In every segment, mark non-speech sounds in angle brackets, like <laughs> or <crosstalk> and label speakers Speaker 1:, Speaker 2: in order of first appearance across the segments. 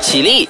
Speaker 1: 起立，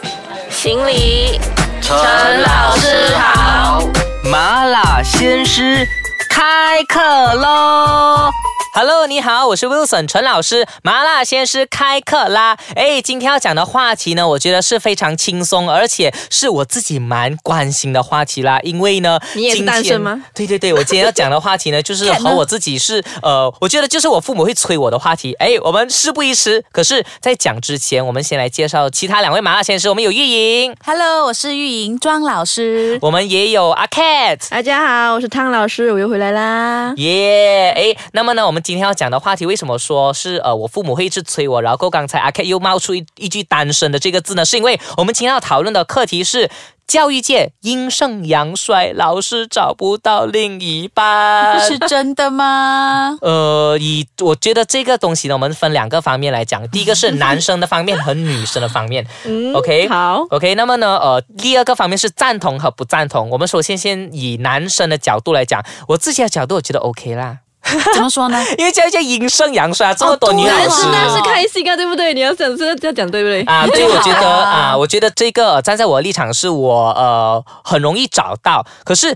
Speaker 2: 行礼，
Speaker 1: 陈
Speaker 2: 老师好，
Speaker 1: 麻辣鲜师开课喽！
Speaker 3: Hello，你好，我是 Wilson 陈老师，麻辣鲜师开课啦！哎，今天要讲的话题呢，我觉得是非常轻松，而且是我自己蛮关心的话题啦。因为呢，
Speaker 2: 你也是
Speaker 3: 今天
Speaker 2: 单身吗？
Speaker 3: 对对对，我今天要讲的话题呢，
Speaker 2: <laughs>
Speaker 3: 就是
Speaker 2: 看呢
Speaker 3: 和我自己是呃，我觉得就是我父母会催我的话题。哎，我们事不宜迟，可是，在讲之前，我们先来介绍其他两位麻辣鲜师，我们有玉莹，
Speaker 4: Hello，我是玉莹庄老师。
Speaker 3: 我们也有阿 Cat。
Speaker 2: 大家好，我是汤老师，我又回来
Speaker 3: <laughs>
Speaker 2: 啦。
Speaker 3: 耶！哎，那么呢，我们今天要讲的话题，为什么说是呃，我父母会一直催我，然后刚才阿 K 又冒出一一句“单身”的这个字呢？是因为我们今天要讨论的课题是。教育界阴盛阳衰，老师找不到另一
Speaker 4: <laughs>
Speaker 3: 半。
Speaker 4: 是真的吗？
Speaker 3: 呃，以我觉得这个东西呢，我们分两个方面来讲。第一个是男生的方面和女生的方面。 <laughs>
Speaker 2: 嗯
Speaker 3: OK
Speaker 2: 好，
Speaker 3: OK，那么呢，呃，第二个方面是赞同和不赞同。我们首先先以男生的角度来讲，我自己的角度，我觉得 OK 啦。
Speaker 4: 怎
Speaker 2: <laughs>
Speaker 4: 么说呢？
Speaker 3: 因为教育界阴盛阳衰啊，这么多女
Speaker 4: 对
Speaker 3: 老
Speaker 2: 男
Speaker 4: 啊
Speaker 2: 生
Speaker 3: 师
Speaker 4: 是
Speaker 2: 那是开心啊，对不对？你要讲是要讲对不对？
Speaker 3: 啊，对，我觉得
Speaker 4: 好啊
Speaker 3: 啊，我觉得这个呃站在我的立场是我呃很容易找到，可是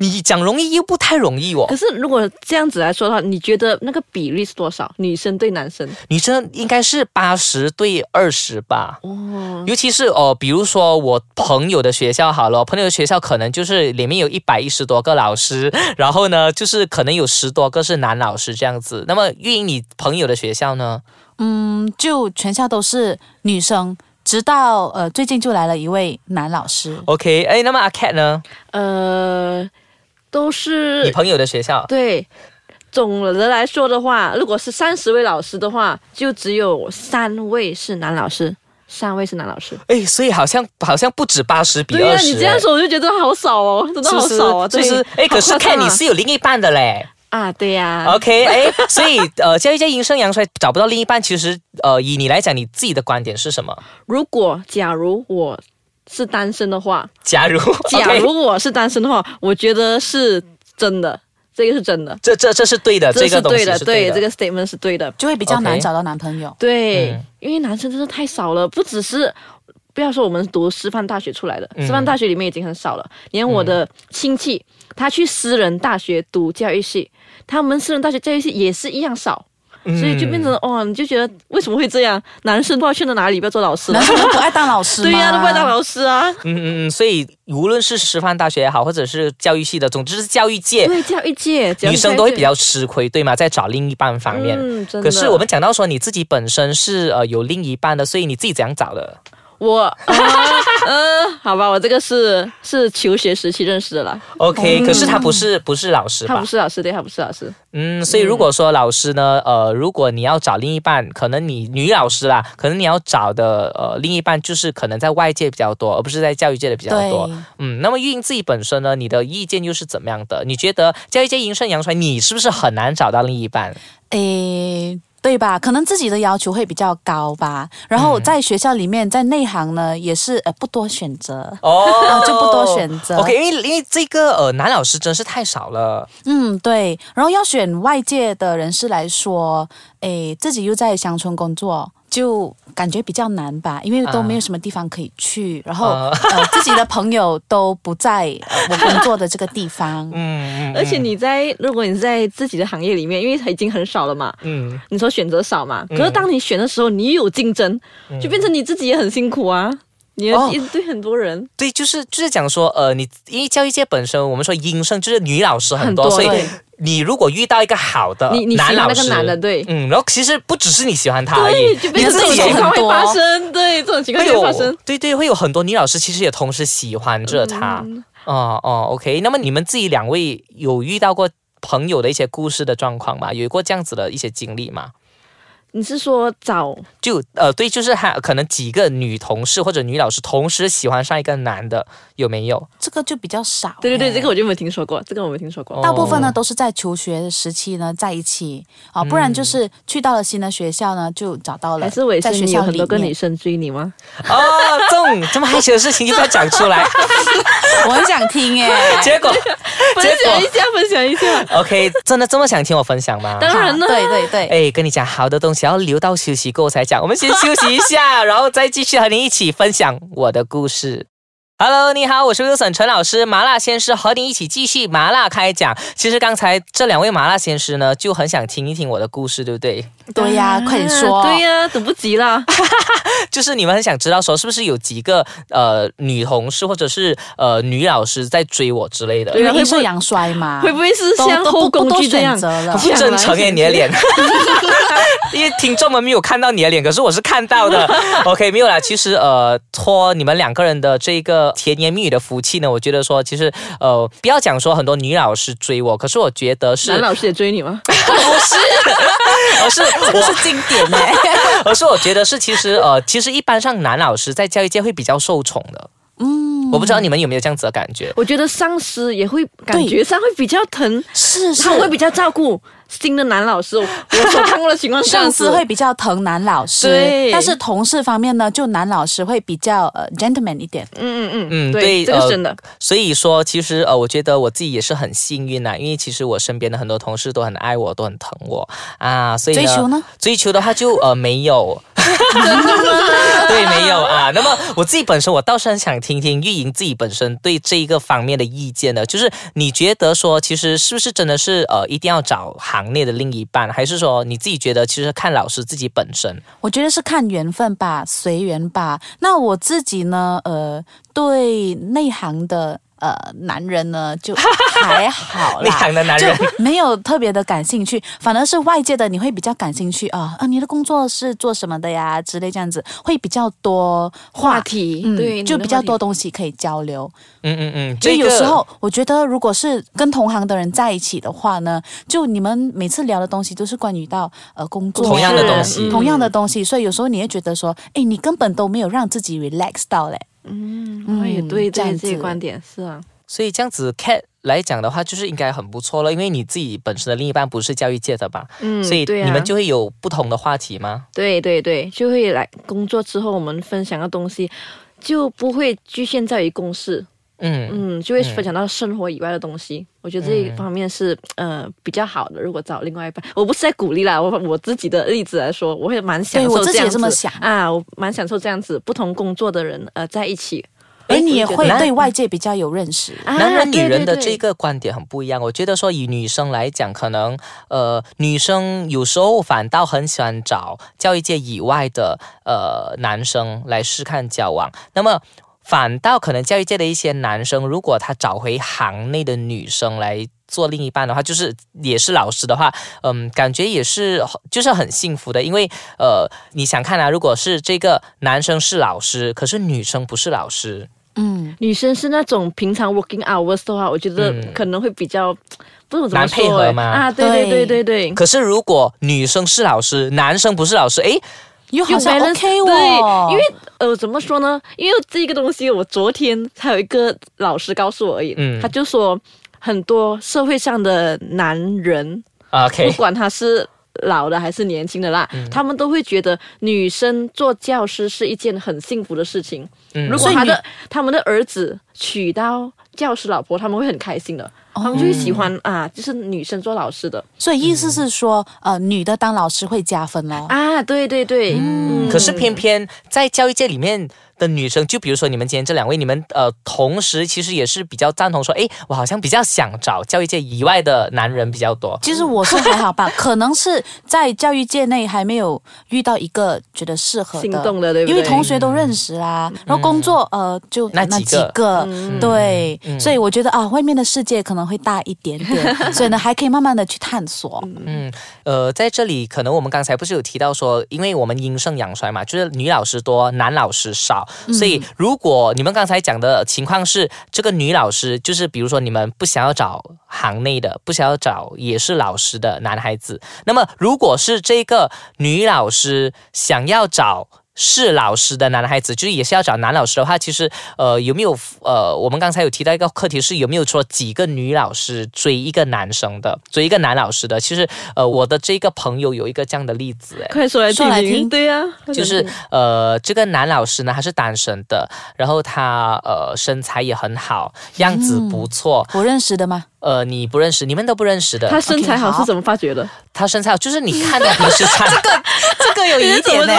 Speaker 3: 你讲容易又不太容易哦
Speaker 2: 可。是如果这样子来说的话，你觉得那个比例是多少？女生对男生？
Speaker 3: 女生应该是八十对二十吧。
Speaker 2: 哦，
Speaker 3: 尤其是哦、呃比如说我朋友的学校好了，朋友的学校可能就是里面有一百一十多个老师，然后呢，就是可能有十多个是男老师这样子。那么运营你朋友的学校呢？
Speaker 4: 嗯，就全校都是女生，直到呃最近就来了一位男老师。
Speaker 3: ？OK，哎，那么阿 Cat 呢？
Speaker 2: 呃，都
Speaker 3: 你
Speaker 2: 是
Speaker 3: 朋友的学校？
Speaker 2: 对。总的来说的话，如果是三十位老师的话，就只有三位是男老师，三位是男老师。
Speaker 3: 哎，所以好像好像不止八十比
Speaker 2: 对
Speaker 3: 二
Speaker 2: 啊，
Speaker 3: 十、
Speaker 2: 你这样说我就觉得好少哦，真的
Speaker 3: 是不
Speaker 2: 好
Speaker 3: 是？
Speaker 2: 少啊，
Speaker 3: 是不是？
Speaker 2: 对
Speaker 3: 哎，可是
Speaker 2: 好夸
Speaker 3: 看
Speaker 2: 张啊
Speaker 3: 你是有另一半的嘞。
Speaker 2: 啊，对呀、
Speaker 3: OK，哎，所以呃，教育界阴盛阳衰，找不到另一半，其实呃，以你来讲，你自己的观点是什么？
Speaker 2: 如果假如我是单身的话，
Speaker 3: 假如，
Speaker 2: <laughs> 假
Speaker 3: OK，
Speaker 2: 如我是单身的话，我觉得是真的，这个是真的，
Speaker 3: 这这这是对的，啊这
Speaker 2: 是
Speaker 3: 个东西
Speaker 2: 对的，
Speaker 3: 是对的，
Speaker 2: 这个 statement 是对的，
Speaker 4: 就会比较
Speaker 3: OK
Speaker 4: 难找到男朋友
Speaker 2: 对，
Speaker 3: 嗯
Speaker 2: 因为男生真的太少了，不只是。不要说我们读师范大学出来的，
Speaker 3: 嗯
Speaker 2: 师范大学里面已经很少了。连我的亲戚，他去私人大学读教育系，他们私人大学教育系也是一样少，
Speaker 3: 嗯
Speaker 2: 所以就变成哦，你就觉得为什么会这样？男生不知道去了哪里，不要做老师了
Speaker 4: 男。生都不爱当老师
Speaker 2: <laughs>
Speaker 4: 吗？
Speaker 2: 对呀、都不要当老师啊。
Speaker 3: 嗯嗯嗯，所以无论是师范大学也好，或者是教育系的，总之是教育界，
Speaker 2: 对，教育界
Speaker 3: 女生都会比较吃亏，对吗？在找另一半方面。
Speaker 2: 嗯，真的。
Speaker 3: 可是我们讲到说你自己本身是呃有另一半的，所以你自己怎样找的？
Speaker 2: 我 <laughs> 呃呃，好吧，我这个是是求学时期认识的啦。
Speaker 3: OK，、可是他不是不是老师吧？
Speaker 2: 他不是老师，对，他不是老师。
Speaker 3: 嗯，所以如果说老师呢，呃，如果你要找另一半，可能你女老师啦，可能你要找的呃另一半就是可能在外界比较多，而不是在教育界的比较多
Speaker 4: 对。
Speaker 3: 嗯，那么玉英自己本身呢，你的意见又是怎么样的？你觉得教育界阴盛阳衰，你是不是很难找到另一半？
Speaker 4: 诶。对吧？可能自己的要求会比较高吧。然
Speaker 2: 嗯
Speaker 4: 后在学校里面，在内行呢，也是呃不多选择，
Speaker 3: 哦
Speaker 4: 啊就不多选择
Speaker 3: OK，因为因为这个呃男老师真是太少了。
Speaker 4: 嗯，对。然后要选外界的人士来说，诶，自己又在乡村工作，就感觉比较难吧，因为都
Speaker 3: 啊
Speaker 4: 没有什么地方可以去，然后、
Speaker 3: 啊。
Speaker 4: 呃，自己的朋友都不在呃我工作的这个地方
Speaker 3: 嗯，嗯
Speaker 2: 而且你在，如果你在自己的行业里面，因为已经很少了嘛，
Speaker 3: 嗯
Speaker 2: 你说选择少嘛。可是当你选的时候，你有竞争，就变成你自己也很辛苦啊。你
Speaker 3: 嗯哦
Speaker 2: 要一对很多人，
Speaker 3: 对，就是就是讲说呃你因为教育界本身我们说阴盛就是女老师很多，
Speaker 2: 很多
Speaker 3: 所以
Speaker 4: 对，
Speaker 3: 你如果遇到一个好的
Speaker 2: 你你喜
Speaker 3: 男
Speaker 2: 欢
Speaker 3: 老
Speaker 2: 那
Speaker 3: 师，
Speaker 2: 个男的，对。
Speaker 3: 嗯，然后其实不只是你喜欢他而
Speaker 2: 对，
Speaker 3: 已，
Speaker 2: 就
Speaker 3: 你
Speaker 2: 变成
Speaker 3: 自
Speaker 2: 这种
Speaker 3: 己也
Speaker 2: 情况
Speaker 4: 很
Speaker 2: 会
Speaker 4: 多
Speaker 2: 发生，对，这种情况
Speaker 3: 会
Speaker 2: 就会发
Speaker 3: 有
Speaker 2: 生。
Speaker 3: 对对，会有很多女老师其实也同时喜欢着他。
Speaker 2: 嗯
Speaker 3: 哦哦，OK，那么你们自己两位有遇到过朋友的一些故事的状况吗？有过这样子的一些经历吗？
Speaker 2: 你是说找
Speaker 3: 就呃，对，就是还可能几个女同事或者女老师同时喜欢上一个男的，有没有？
Speaker 4: 这个就比较少。
Speaker 2: 对对对，这个我就没有听说过，这个我没听说过。
Speaker 4: 大部分呢
Speaker 3: 嗯哦
Speaker 4: 都是在求学的时期呢在一起啊，不然就是去到了新的学校呢就找到了，
Speaker 2: 还是我也是
Speaker 4: 在学
Speaker 2: 你有
Speaker 4: 校
Speaker 2: 很
Speaker 4: 里
Speaker 2: 多个女
Speaker 4: 面。
Speaker 2: 生追你吗？
Speaker 3: 哦，这种这么害羞的事情就不要讲出
Speaker 2: <laughs>
Speaker 3: 来。
Speaker 4: 我很想听哎、
Speaker 3: 结果
Speaker 2: 分享一下，分享一下。
Speaker 4: <laughs>
Speaker 3: ，OK，真的这么想听我分享吗？
Speaker 2: <laughs> 当然了，
Speaker 4: 对对对，
Speaker 3: 哎，跟你讲，好的东西要想要留到休息过后才讲。我们先休息一下，然后再继续和您一起分享我的故事。Hello，你好，我是 Wilson 陈老师，麻辣鲜师和你一起继续麻辣开讲。其实刚才这两位麻辣鲜师呢，就很想听一听我的故事，对不对？ <laughs>
Speaker 4: 对呀、快点
Speaker 2: <laughs>
Speaker 4: 说。
Speaker 2: 啊对呀、等不及了。
Speaker 3: 就是你们很想知道说，是不是有几个呃女同事或者是呃女老师在追我之类的？
Speaker 2: 对呀
Speaker 4: 因
Speaker 2: 会
Speaker 4: 为阴
Speaker 2: 不会
Speaker 4: 盛阳衰嘛，
Speaker 2: 会不会是
Speaker 4: 都
Speaker 2: 像
Speaker 4: 都不
Speaker 2: 后宫
Speaker 4: 不多
Speaker 2: 剧这样
Speaker 4: 选择了
Speaker 2: 啊
Speaker 3: 不正常耶，你
Speaker 2: <laughs>
Speaker 3: 的脸。因为听众们没有看到你的脸，可是我是看
Speaker 2: <laughs>
Speaker 3: 到的。OK，没有啦。其实呃，托你们两个人的这个甜言蜜语的福气呢，我觉得说，其实呃，不要讲说很多女老师追我，可是我觉得是
Speaker 2: 男
Speaker 3: <laughs>
Speaker 2: 老师也追你吗？<laughs>
Speaker 3: 而是
Speaker 4: 这是经典哎、
Speaker 3: 而是我觉得是其实呃，其实一般上男老师在教育界会比较受宠的。嗯，我不知道你们有没有这样子的感觉。
Speaker 2: 我觉得上司也会感觉上会比较疼，
Speaker 4: <laughs> 是是
Speaker 2: 他。会比较照顾新的男老师。我我所看过的情 <laughs> 况是这样
Speaker 4: 上
Speaker 2: 子，
Speaker 4: 司会比较疼男老师，
Speaker 2: 对
Speaker 4: 但是同事方面呢，就男老师会比较呃 gentleman 一点。
Speaker 2: 嗯嗯
Speaker 3: 嗯
Speaker 2: 嗯
Speaker 3: 对
Speaker 2: 对，这个
Speaker 3: 呃
Speaker 2: 是真的。
Speaker 3: 所以说，其实呃，我觉得我自己也是很幸运呐、因为其实我身边的很多同事都很爱我，都很疼我啊，所以
Speaker 4: 追求呢？
Speaker 3: 追求的话就呃没有，对，没有啊。那么我自己本身，我倒是很想听听玉莹自己本身对这一个方面的意见呢，就是你觉得说，其实是不是真的是呃一定要找行内的另一半，还是说你自己觉得其实看老师自己本身？
Speaker 4: 我觉得是看缘分吧，随缘吧。那我自己呢，呃，对内行的呃男人呢，就还
Speaker 2: <laughs>
Speaker 4: 好
Speaker 3: 内
Speaker 4: 啦。
Speaker 3: 行的男
Speaker 4: 就
Speaker 3: 人
Speaker 4: 没有特别的感兴趣，反而是外界的你会比较感兴趣啊啊，你的工作是做什么的呀之类这样子，会比较多
Speaker 2: 话
Speaker 4: 话题，嗯
Speaker 2: 题对，
Speaker 4: 就
Speaker 2: 你的
Speaker 4: 比较
Speaker 2: 话题
Speaker 4: 多。东西可以交流。
Speaker 3: 嗯嗯嗯，
Speaker 4: 就
Speaker 3: 这个
Speaker 4: 有时候我觉得，如果是跟同行的人在一起的话呢，就你们每次聊的东西都是关于到呃工作
Speaker 3: 同样的东西
Speaker 4: 嗯同样的东西，所以有时候你会觉得说，哎，你根本都没有让自己 relax 到嘞。
Speaker 2: 嗯，也对，
Speaker 4: 这样
Speaker 2: 对，这
Speaker 4: 子
Speaker 2: 个观点是啊，
Speaker 3: 所以这样子 cat 来讲的话，就是应该很不错了，因为你自己本身的另一半不是教育界的吧，
Speaker 2: 嗯，
Speaker 3: 所以
Speaker 2: 对啊
Speaker 3: 你们就会有不同的话题吗？
Speaker 2: 对对对，就会来工作之后，我们分享的东西就不会局限在于公事，
Speaker 3: 嗯，
Speaker 2: 嗯，就会分享到生活以外的东西。我觉得这一方面是、呃比较好的。如果找另外一半，我不是在鼓励啦，我我自己的例子来说，我会蛮享
Speaker 4: 对我
Speaker 2: 受
Speaker 4: 自
Speaker 2: 这
Speaker 4: 己也
Speaker 2: 样
Speaker 4: 这么
Speaker 2: 子
Speaker 4: 想
Speaker 2: 啊，我蛮享受这样子不同工作的人呃在一起。
Speaker 4: 哎，你也
Speaker 2: 我觉得
Speaker 4: 会
Speaker 3: 男
Speaker 4: 对外界比较有认识。
Speaker 2: 啊
Speaker 3: 男人女
Speaker 2: 对
Speaker 3: 人的
Speaker 2: 对
Speaker 3: 这个观点很不一样。我觉得说以女生来讲，可能呃女生有时候反倒很喜欢找教育界以外的呃男生来试探交往，那么。反倒可能教育界的一些男生，如果他找回行内的女生来做另一半的话，就是也是老师的话，嗯，感觉也是就是很幸福的，因为呃，你想看啊，如果是这个男生是老师，可是女生不是老师，
Speaker 4: 嗯，
Speaker 2: 女生是那种平常 working hours 的话，我觉得
Speaker 3: 嗯
Speaker 2: 可能会比较不知道怎么
Speaker 3: 难配
Speaker 2: 说
Speaker 3: 合
Speaker 2: 欸
Speaker 3: 嘛
Speaker 2: 啊，对对对对对。
Speaker 3: 可是如果女生是老师，男生不是老师，诶，
Speaker 4: 又好像
Speaker 2: balance-
Speaker 4: OK 哦，
Speaker 2: 对，因为呃，怎么说呢？因为这个东西，我昨天才有一个老师告诉我而已，
Speaker 3: 嗯
Speaker 2: 他就说很多社会上的男人，不
Speaker 3: OK，
Speaker 2: 管他是。老的还是年轻的啦，
Speaker 3: 嗯
Speaker 2: 他们都会觉得女生做教师是一件很幸福的事情。
Speaker 3: 嗯
Speaker 2: 如
Speaker 4: 所
Speaker 2: 果
Speaker 4: 以
Speaker 2: 他的
Speaker 4: 你
Speaker 2: 他们的儿子娶到教师老婆，他们会很开心的，他们就会喜欢、啊，就是女生做老师的
Speaker 4: 嗯所以意思是说，呃，女的当老师会加分咯。
Speaker 2: 啊，对对对，嗯
Speaker 3: 可是偏偏在教育界里面的女生，就比如说你们今天这两位，你们呃，同时其实也是比较赞同说，诶，我好像比较想找教育界以外的男人比较多。
Speaker 4: 其实我是还好吧，可能是在教育界内还没有遇到一个觉得适合的，
Speaker 2: 心动的，对不对？
Speaker 4: 因为同学都认识啦，然后工作呃就
Speaker 3: 嗯那
Speaker 4: 那
Speaker 3: 几
Speaker 4: 几
Speaker 3: 个
Speaker 4: 个，对，
Speaker 3: 嗯
Speaker 4: 所以我觉得啊，外面的世界可能会大一点
Speaker 3: <laughs>
Speaker 4: 点，所以呢还可以慢慢的去探索。
Speaker 3: 嗯，呃，在这里可能我们刚才不是有提到说，因为我们阴盛阳衰嘛，就是女老师多，男老师少，所以如果你们刚才讲的情况是，这个女老师就是比如说你们不想要找行内的，不想要找也是老师的男孩子，那么如果是这个女老师想要找。是老师的男孩子，就是也是要找男老师的话，其实呃有没有呃，我们刚才有提到一个课题是有没有说几个女老师追一个男生的，追一个男老师的？其实呃，我的这个朋友有一个这样的例子，诶，
Speaker 2: 快说来听
Speaker 4: 说来
Speaker 2: 听，
Speaker 4: 听
Speaker 2: 对呀、啊，
Speaker 3: 就是呃，这个男老师呢他是单身的，然后他呃身材也很好，样子不
Speaker 2: 嗯
Speaker 3: 错，
Speaker 4: 我认识的
Speaker 3: <laughs>
Speaker 4: 吗？
Speaker 3: 呃你不认识，你们都不认识的，
Speaker 2: 他
Speaker 3: 他
Speaker 2: 身材好是怎么发觉的？ <laughs>
Speaker 3: 身材好就是你看的平时穿。
Speaker 4: 这
Speaker 3: 各有疑点呢、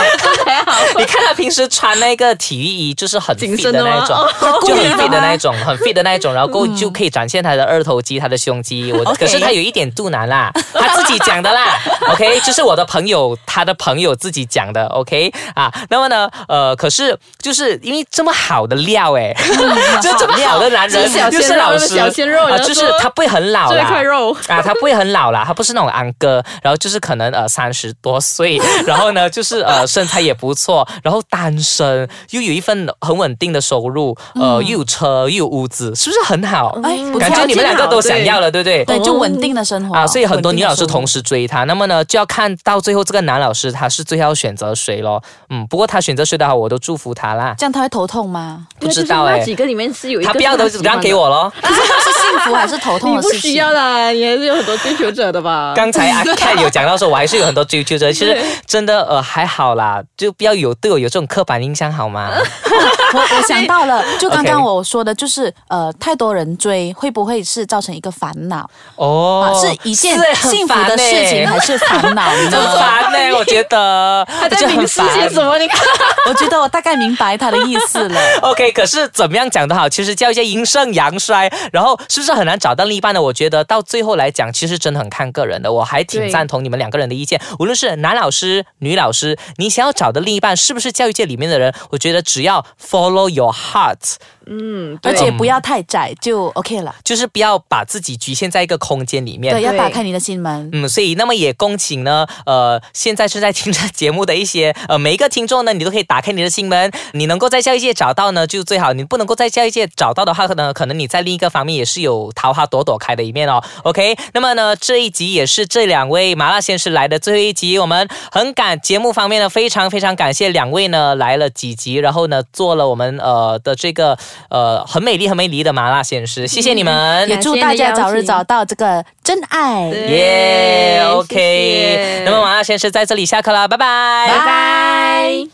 Speaker 2: 还好， <laughs>
Speaker 3: 你看他平时穿那个体育衣，就是很
Speaker 2: 紧
Speaker 3: fit
Speaker 2: 身
Speaker 3: 的
Speaker 2: 的
Speaker 3: 那
Speaker 2: 吗嗯
Speaker 3: 种，
Speaker 2: 哦
Speaker 3: 就很 fit
Speaker 4: 故意
Speaker 3: 的
Speaker 4: 的吗
Speaker 3: 那种，很 fit 的那种，然后就可以展现他的二头肌、他的胸肌。我
Speaker 4: OK
Speaker 3: 可是他有一点肚腩啦，他自己讲
Speaker 2: <laughs>
Speaker 3: 的啦。OK，这是我的朋友，他的朋友自己讲的。OK 啊，那么呢，呃，可是就是因为这么好的料哎、 <laughs> 就这么好的男
Speaker 2: 嗯这
Speaker 3: 人，
Speaker 2: 是小
Speaker 3: 又
Speaker 2: 鲜
Speaker 3: 是
Speaker 2: 肉那
Speaker 3: 老
Speaker 2: 个
Speaker 3: 师，
Speaker 2: 小鲜肉
Speaker 3: 啊，
Speaker 2: 你要
Speaker 3: 就是
Speaker 2: 说
Speaker 3: 他不会很老
Speaker 2: 这
Speaker 3: 啦。
Speaker 2: 块肉。
Speaker 3: 啊，他不会很老啦，他不是那种安哥，然后就是可能呃三十多岁，然后呢就是呃身材也不错，然后单身又有一份很稳定的收入，呃又有车又有屋子，是不是很好？
Speaker 2: 哦
Speaker 4: 哎，
Speaker 2: 嗯
Speaker 4: 不
Speaker 3: 感
Speaker 4: 错
Speaker 3: 觉你们两个都想要了，对不对？
Speaker 4: <laughs> 对，就稳定的生活
Speaker 3: 啊，所以很多女老师同
Speaker 4: 时
Speaker 3: 时追他，那么呢就要看到最后这个男老师他是最后选择谁咯。嗯，不过他选择谁的好，我都祝福他啦。
Speaker 4: 这样他会头痛吗？ <laughs>
Speaker 3: 不知道
Speaker 2: 对啊就是
Speaker 3: 哎、
Speaker 2: 那几个里面是有一个
Speaker 3: 他不要都
Speaker 2: 是
Speaker 3: 让给，我咯。
Speaker 4: 可是那是幸福还是头痛
Speaker 2: 你
Speaker 4: 的
Speaker 2: 不
Speaker 4: 事
Speaker 2: 需
Speaker 4: 情？
Speaker 2: 要啦，你还是有很多追求者的吧？
Speaker 3: <laughs> 刚才阿 Cat 有讲到说，我还是有很多追求者，其
Speaker 4: <laughs>
Speaker 3: 实真的呃还好啦，就不要有对我有这种刻板印象好
Speaker 4: <laughs>
Speaker 3: 吗？<laughs>
Speaker 4: 我我想到了，就刚
Speaker 3: OK
Speaker 4: 刚我说的，就是呃，太多人追会不会是造成一个烦恼？啊
Speaker 3: 哦，
Speaker 4: 是一件
Speaker 3: 是很
Speaker 4: 幸福的
Speaker 3: 烦欸
Speaker 4: 事情还是烦
Speaker 3: <laughs>
Speaker 4: 恼
Speaker 3: 很
Speaker 4: 呢？
Speaker 3: 烦呢、欸我觉
Speaker 4: <laughs>
Speaker 3: 得
Speaker 2: 他在
Speaker 3: 就很
Speaker 2: 明示
Speaker 3: 烦。
Speaker 2: 些什么？你看，
Speaker 4: 我觉得我大概明白他的意思了。
Speaker 3: OK，可是怎么样讲都好，其实叫一些阴盛阳衰，然后是不是很难找到另一半呢？我觉得到最后来讲，其实真的很看个人的。我还挺
Speaker 2: 对
Speaker 3: 赞同你们两个人的意见，无论是男老师、女老师，你想要找的另一半是不是教育界里面的人，我觉得只要 follow your heart，
Speaker 2: 嗯，
Speaker 4: 而
Speaker 2: 对
Speaker 4: 且不要太窄，就 OK 了。
Speaker 3: 就是不要把自己局限在一个空间里面
Speaker 4: 对，。要
Speaker 2: 嗯对
Speaker 4: 打开你的心门。
Speaker 3: 嗯，所以那么也恭请呢，呃，现在正在听着节目的一些呃每一个听众呢，你都可以打开你的心门，你能够在教育界找到呢就最好，你不能够在教育界找到的话呢，可能你在另一个方面也是有桃花朵朵开的一面哦。OK，那么呢这一集也是这两位麻辣鲜师来的最后一集，我们很感节目方面呢非常非常感谢两位呢来了几集，然后呢做了我们呃的这个呃很美丽很美丽的麻辣鲜师，谢谢你们。
Speaker 4: 嗯也祝大家早日找到这个真爱。
Speaker 2: 对
Speaker 3: 耶、
Speaker 2: 谢
Speaker 3: o k
Speaker 2: 谢
Speaker 3: 那么麻辣先生在这里下课了，拜拜。
Speaker 2: 拜拜。